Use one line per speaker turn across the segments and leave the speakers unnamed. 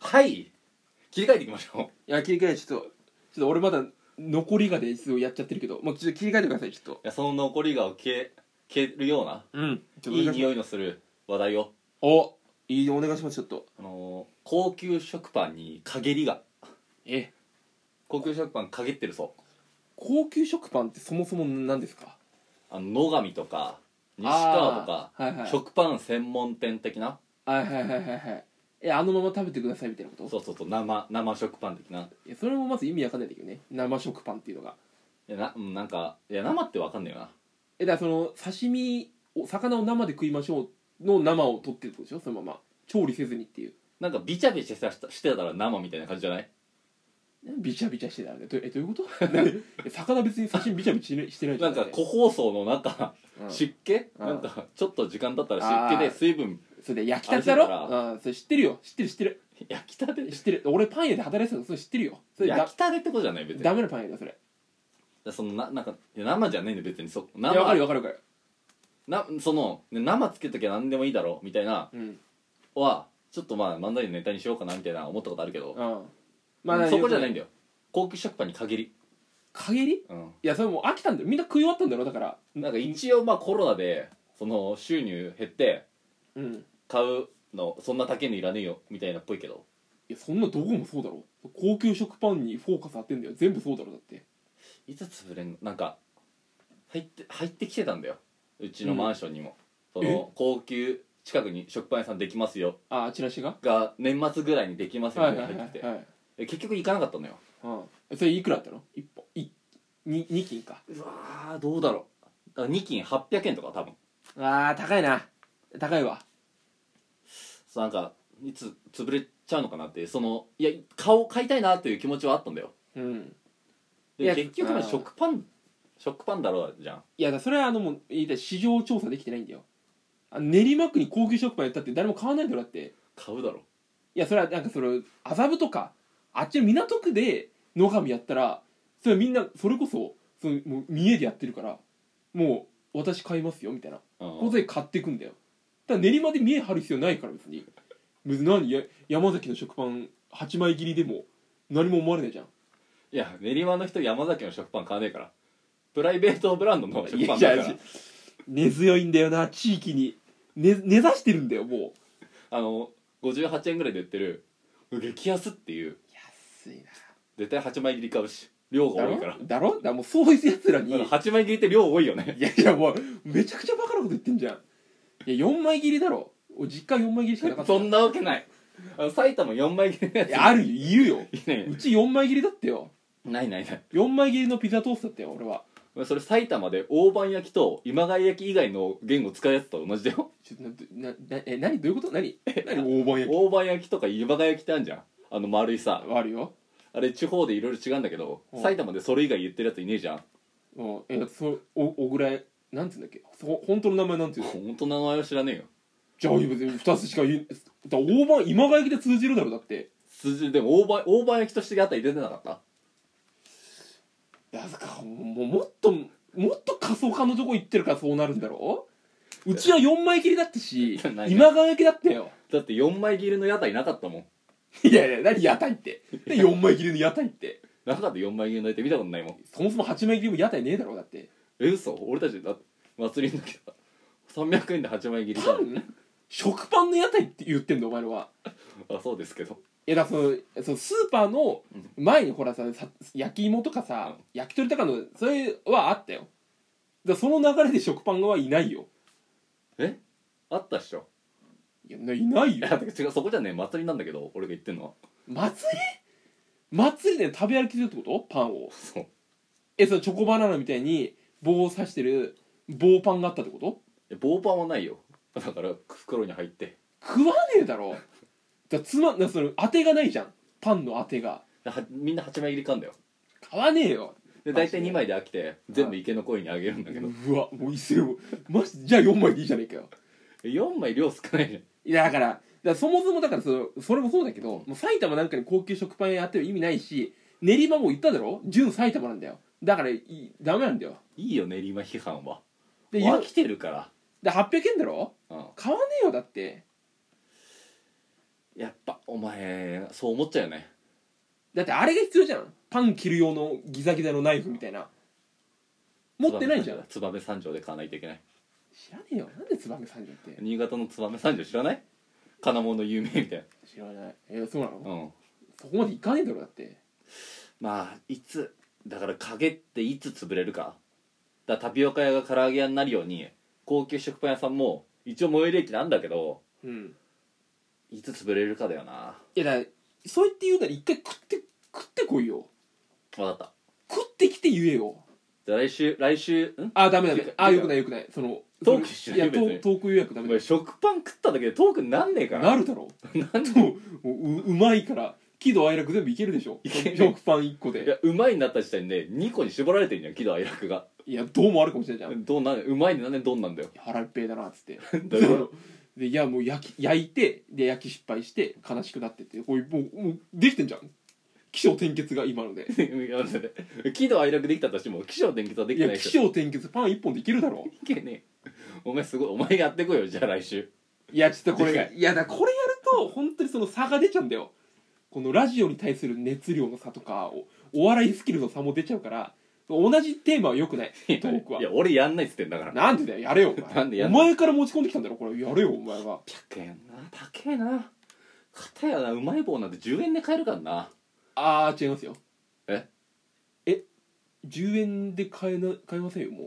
はい切り替えていきましょ
いや切り替えちょっとちょっと俺まだ残りがで一応やっちゃってるけどもうちょっと切り替えてくださいちょっと
ういやその残りが消え消えるような
うんちょっと
いい
い
匂いのする話題を
おいいお願いしますちょっと
あのー高級食パンに陰りが
え
高級食パン陰ってるそう
高級食パンってそもそも何ですか
あの野上とか西川とか、
あーはいはい
食パン専門店的な
はいはいはいはいはいえあのまま食べてくださいみたいなこと
そうそうそう生生食パン的ない
やそれもまず意味わかんないんだけどね生食パンっていうのが
いやなうんなんかいや生ってわかんないよな
えだからその刺身を魚を生で食いましょうの生を取ってるってことでしょそのまま調理せずにっていう
なんかビチャビチャさしたしてたら生みたいな感じじゃない
ビチャビチャしてたらねどえどういうこと なえ魚別に刺身ビチャビチャしてないしてないじゃ
なん
ん
か個包装の中、
うん
湿気、
うん
なんかちょっと時間経ったら湿気
あ
で
ー
水分
それで焼きたてだろ
あれだか
うんそれ知ってるよ知ってる知ってる
焼きたて
知ってる俺パン屋で働いてたのそれ知ってるよそれだ
焼きたてってことじゃない別に
ダメなパン屋だそれ
そのななんかいや生じゃないんだよ別にそ
いやわかる
生
よわかるわかる
なそのね生つけときゃ何でもいいだろみたいな
うん
はちょっとまあ漫才のネタにしようかなみたいな思ったことあるけど、
うん
そこじゃないん
だ
だよ高級食パンに限り、
陰り
うん、
いやそれもう飽きたんだよみんな食い終わったんだろだから
なんか一応まあコロナでその収入減って
うん
買うのそんな高いのいらねえよみたいなっぽいけど
いやそんなどこもそうだろ高級食パンにフォーカス当てんだよ全部そうだろだって
いつ潰れんのなんか入って入ってきてたんだようちのマンションにも、
ん
その高級近くに食パン屋さんできますよ
ああチラシが
が年末ぐらいにできますよ
は
っ
い
て
はい
入
はい
っ
は
てき
い、
て
はい
え結局行かなかったのよ
うん、それいくらだったの一本いに二斤か
うわーどうだろうだから2斤800円とか多分
あー高いな高いわ
そうなんかいつ潰れちゃうのかなってそのいや顔買いたいなっていう気持ちはあったんだよ
うんい
で
や
結局まあ
あー
食パン食パンだろうじゃん
いやだからそれはあのもう言いたい市場調査できてないんだよあ練馬区に高級食パンやったって誰も買わないんだろだって
買うだろ
いやそれはなんかその麻布とかあっちの港区で野上やったらそれはみんなそれこそそのもう見栄でやってるからもう私買いますよみたいな
うん
ここで買っていくんだよだから練馬で見え張る必要ないから別に別に何や山崎の食パン8枚切りでも何も思われないじゃん
いや練馬の人山崎の食パン買わねえからプライベートブランドの食パン
い
だ
やい
か
や
ら
根強いんだよな地域に根根ざしてるんだよもう
あの58円ぐらいで売ってる激安っていう
安いな
絶対8枚切り買うし量が
だ
多い
ろ
から
だろだからもうそういうやつらに
だから8枚切りって量多いよね
いやいやもうめちゃくちゃバカなこと言ってんじゃんいや4枚切りだろ俺実家4枚切りしかなかった
そんなわけないあの埼玉4枚切りのやつ
いやあるよいるよ
いないう
ち4枚切りだってよ
ないないない
4枚切りのピザトーストだったよ俺は
それ埼玉で大判焼きと今川焼き以外の言語使うやつと同じだよ
ちょっとなななえ何どういうこと何何大判焼き
大判焼きとか今川焼きってあるじゃんあの丸いさ
あるよ
あれ地方でいろいろ違うんだけど
うん
埼玉でそれ以外言ってるやついねえじゃん
うんえそおおぐらいなんて言うんだっけそ本当の名前なんて言うの
本当の名前は知らねえよ
じゃあ別に2つしか言うだ大判今川焼きで通じるだろだって
筋でも大判大判焼きとして屋台出てなかった
だからもうもっともっと仮想化のとこ行ってるからそうなるんだろうちは4枚切りだったし
ないない
今川焼きだったよ
だって4枚切りの屋台なかったもん
いやいや何屋台ってで4枚切りの屋台って
なかった4枚切りの屋台見たことないもん
そもそも8枚切りも屋台ねえだろだって
え嘘俺たちだって祭りの時だ300円で8枚切り
パ
だ
ン食パンの屋台って言ってんのお前らは
あそうですけど
いやだからそのそのスーパーの前にほらささ焼き芋とかさ、
う
焼き鳥とかのそれはあったよだからその流れで食パンはいないよ
えあったっしょ
いやないない
い
よ
や違うそこじゃねえ祭りなんだけど俺が言ってんのは
祭り祭りで食べ歩きするってことパンを
そう
えそのチョコバナナみたいに棒を刺してる棒パンがあったってこと
え棒パンはないよだから袋に入って
食わねえだろだつまんなその当てがないじゃんパンの当てが
はみんな8枚切り買うんだよ
買わねえよ
で
マ
大
ジで
体2枚で飽きて全部池の声にあげるんだけど
うわもう一斉もマジじゃあ4枚でいいじゃねえかよ
4枚量少ないじゃん
いやだからだからそもそもだからそのそれもそうだけどもう埼玉なんかに高級食パン屋やってる意味ないし練馬も言っただろ純埼玉なんだよだからいいダメなんだよ
いいよ練馬批判は
で
で
よ
飽きてるから
で800円だろ
うん
買わねえよだって
やっぱお前そう思っちゃうよね
だってあれが必要じゃんパン切る用のギザギザのナイフみたいな持ってないじゃん
燕三条で買わないといけない
知らねえよなんで燕三条って
新潟の燕三条知らない金物の有名みたい
知らないえそうなの、
なうん
そこまでいかねえだろだって
まあいつだから影っていつ潰れるかだからタピオカ屋が唐揚げ屋になるように高級食パン屋さんも一応最寄り駅なんだけど
うん
いつ潰れるかだよない
やだからそう言って言うなら一回食って食ってこいよ
分かった
食ってきて言えよ
じゃあ来週来週ん
あダメダ
いや
メあ
いや
よくないよくないその
トークし
そ
ない
れい
よ
やト
別に
ートーク予約ダ
お
メ
前
だよ
食パン食っただけでトークになんねえから
なるだろ
なんで
もうううまいから喜怒哀楽全部いけるでしょ
いける
食パン1個
い
で
やうまいになった時点で2個に絞られてるんじゃん喜怒哀楽が
いやどうもあるかもしれないじゃん
どうなんうまいになんでどんなんだよ
腹いっぺえだなっつって
だから
でいやもう焼き焼いてで焼き失敗して悲しくなってってこういうもうもうできてんじゃん起承転結が今ので
いや待って 喜怒哀楽できたとしても起承転結はで
い
きて
や
ない
起
し
承転結パン1本でいけるだろ
いけねえお前すごいお前やってこいよじゃあ来週
いやちょっとこれが
で
いやだからこれやると本当にその差が出ちゃうんだよこのラジオに対する熱量の差とかおお笑いスキルの差も出ちゃうから同じテーマはよくないトークはい
や俺やんないっつってんだから
なんでだよやれよお前
なんでや
お
んの
前から持ち込んできたんだろこれやれよお前は
100円な高えな片やなうまい棒なんて10円で買えるからな
ああ違いますよ
え
え10円で買えな買えませんよも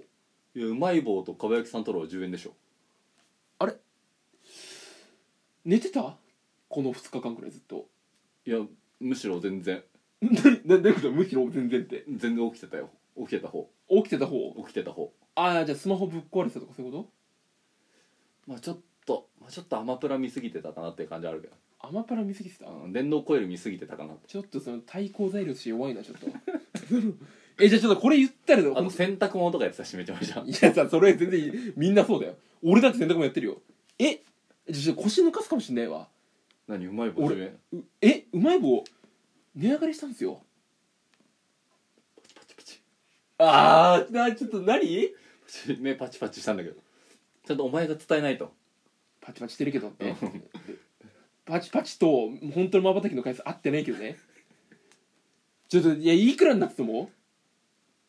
う
いやうまい棒とかば焼きさんとろは10円でしょ
寝てたこの2日間くらいずっと
いやむしろ全然
ななだけどむしろ全然って
全然起きてたよ起きてた方
起きてた方
起きてた方
ああじゃあスマホぶっ壊れてたとかそういうこ
まあちょっと、まあ、ちょっとアマプラ見すぎてたかなっていう感じあるけど
とアマパラ見すぎてた、
うん電動コイル見すぎてたかなって
ちょっとその対抗材料として弱いなちょっと えじゃあちょっとこれ言ったら
あと
い
洗濯物とかやってたしめちゃめちゃ
やさそれ全然みんなそうだよ俺だって洗濯もやってるよえじゃあ腰抜かすかもしんないわ
何うまい棒
俺
10円
うえうまい棒値上がりしたんですよ
パチパチパチ
あーなちょっと何
パチ目パチパチしたんだけどちゃんとお前が伝えないと
パチパチしてるけどって
うん
パチパチと本当のまばたきの回数合ってないけどねちょっといやいくらになってても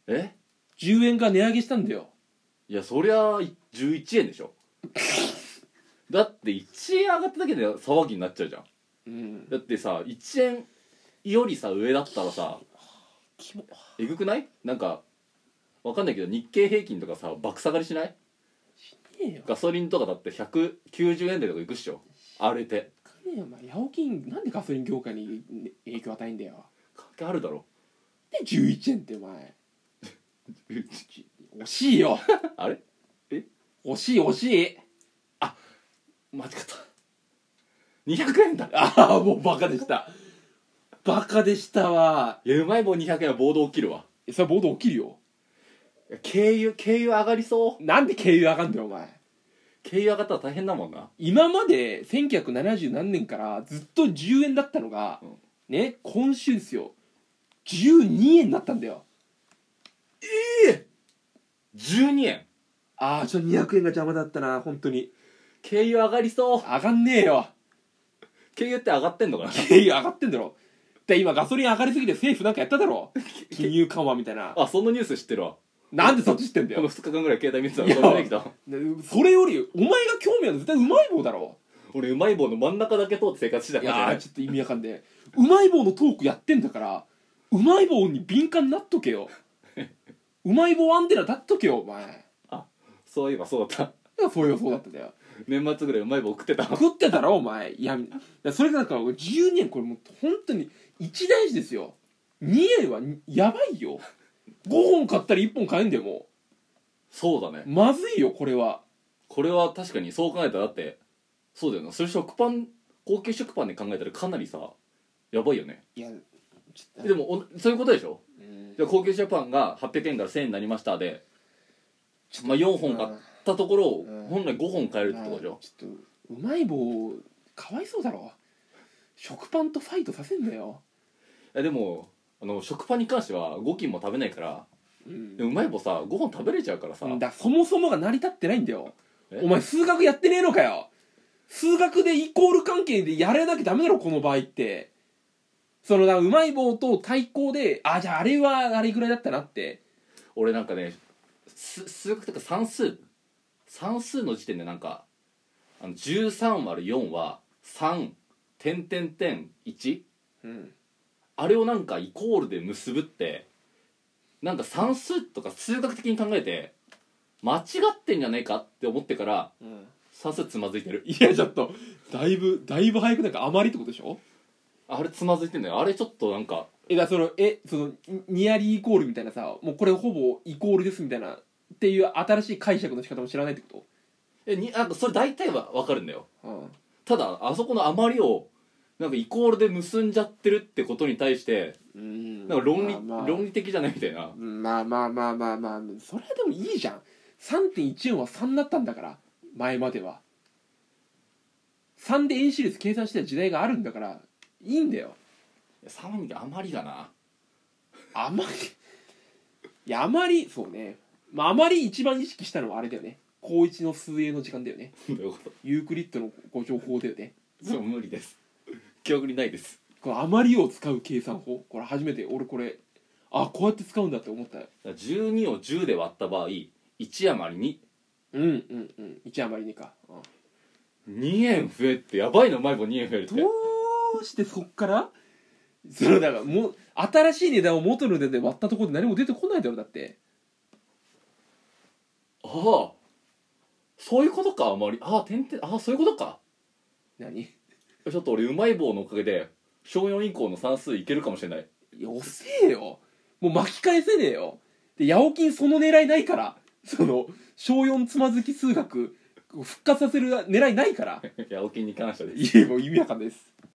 え
10円が値上げしたんだよ
いやそりゃい11円でしょだって1円上がっただけで騒ぎになっちゃうじゃん
うん
だってさ1円よりさ上だったらさ
キモ
えぐくないなんかわかんないけど日経平均とかさ爆下がりしない
ねえよ
ガソリンとかだって190円台とかいくっしょあれて
かねえよお前ヤオキンなんでガソリン業界にね影響与えんだよ
関係あるだろ
で11円ってお前惜しいよ
あれ
惜しい惜しい
間違った200円だ
ああもうバカでしたバカでしたわ
いやうまい棒200円は暴動起きるわ
えそれボード起きるよ
いや軽油軽油上がりそう
なんで経由上がんだよお前
軽油上がったら大変だもんな
今まで1970何年からずっと10円だったのが、
うん
ね今週ですよ12円になったんだよ
12円
ああちょっと200円が邪魔だったな本当に
軽油上がりそう
上がんねえよ
軽油って上がってんのかな
経由上がってんだろで今ガソリン上がりすぎて政府なんかやっただ ろ金融緩和みたいな
あそのニュース知ってるわ
なんでそっち知ってんだ
この
よ
2日間ぐらい携帯見てた
いや
の出てきた
それよりお前が興味あるの絶対うまい棒だろ
俺うまい棒の真ん中だけ通って生活してた
い
から
や
ね
ーちょっと意味わかんねえうまい棒のトークやってんだからうまい棒に敏感になっとけ ようまい棒アンテナ立っとけよお前だか
そういえばそうだった
らそういうそうだったんだよ
年末ぐらいうまい棒食ってた
食ってたろお前いやだからそれがだから俺12円これもう本当に一大事ですよ2円はやばいよ5本買ったら1本買えんだよも
そうだね
うまずいよこれは
これは確かにそう考えたらだってそうだよなそれ食パン高級食パンで考えたらかなりさやばいよね
いやちょっと
でもおそういうことでしょ
うん
じゃあ高級食パンが800円から1000円になりましたでまあ4本買ったところを
うん
本来5本買えるってことでし
ちょ
ょ
っとうまい棒かわいそうだろ食パンとファイトさせんだよ、
いやでもあの食パンに関しては5斤も食べないから
うん
でもうまい棒さ5本食べれちゃうからさ
だそもそもが成り立ってないんだよ
え
お前数学やってねえのかよ数学でイコール関係でやらなきゃダメだろこの場合ってそのだからうまい棒と対抗であじゃああれはあれぐらいだったなって
俺なんかねす数学とか算数算数の時点でなんかあの13割る4は3点点点1
うん
あれをなんかイコールで結ぶってなんか算数とか数学的に考えて間違ってんじゃねえかって思ってから
うん
算数つまずいてる
いやちょっとだいぶだいぶ早くなんか余りってことでしょ
あれつまずいてんだよあれちょっとなんか
えだからそのえそのニニアリーイコールみたいなさもうこれほぼイコールですみたいなっていう新しい解釈の仕方も知らないってこ
えになんかそれ大体は分かるんだよ
とうん
ただあそこの余りをなんかイコールで結んじゃってるってことに対して
うん
なんか論理,、
まあまあ
論理的じゃないみたいな
うんまあまあまあまあまあそれはでもいいじゃん3.14は3だったんだから前までは3で円周率計算してた時代があるんだからいいんだよ
3に余りがな
あまりいやあまりそうねまああまり一番意識したのはあれだよね高一の水泳の時間だよね
どういうこと
ユークリッドのご情報だよね
そう無理です 記憶にないです
この余りを使う計算法これ初めて俺これあこうやって使うんだって思った
だから12を10で割った場合1余り
うんうんうん1余りねか、うん
に2円増えってやばいのうまい棒2円増えるって
どうしてそっからそれだからもう新しい値段を元の値段で割ったところで何も出てこないだろだって
ああそういうことか余りああ点々ああそういうことか
何い
ちょっと俺うまい棒のおかげで小4以降の算数いけるかもしれない
や遅えよもう巻き返せねえよで八百金その狙いないからその小4つまずき数学復活させる狙いないから
いやお気に関してです
いえもう意味わかんないです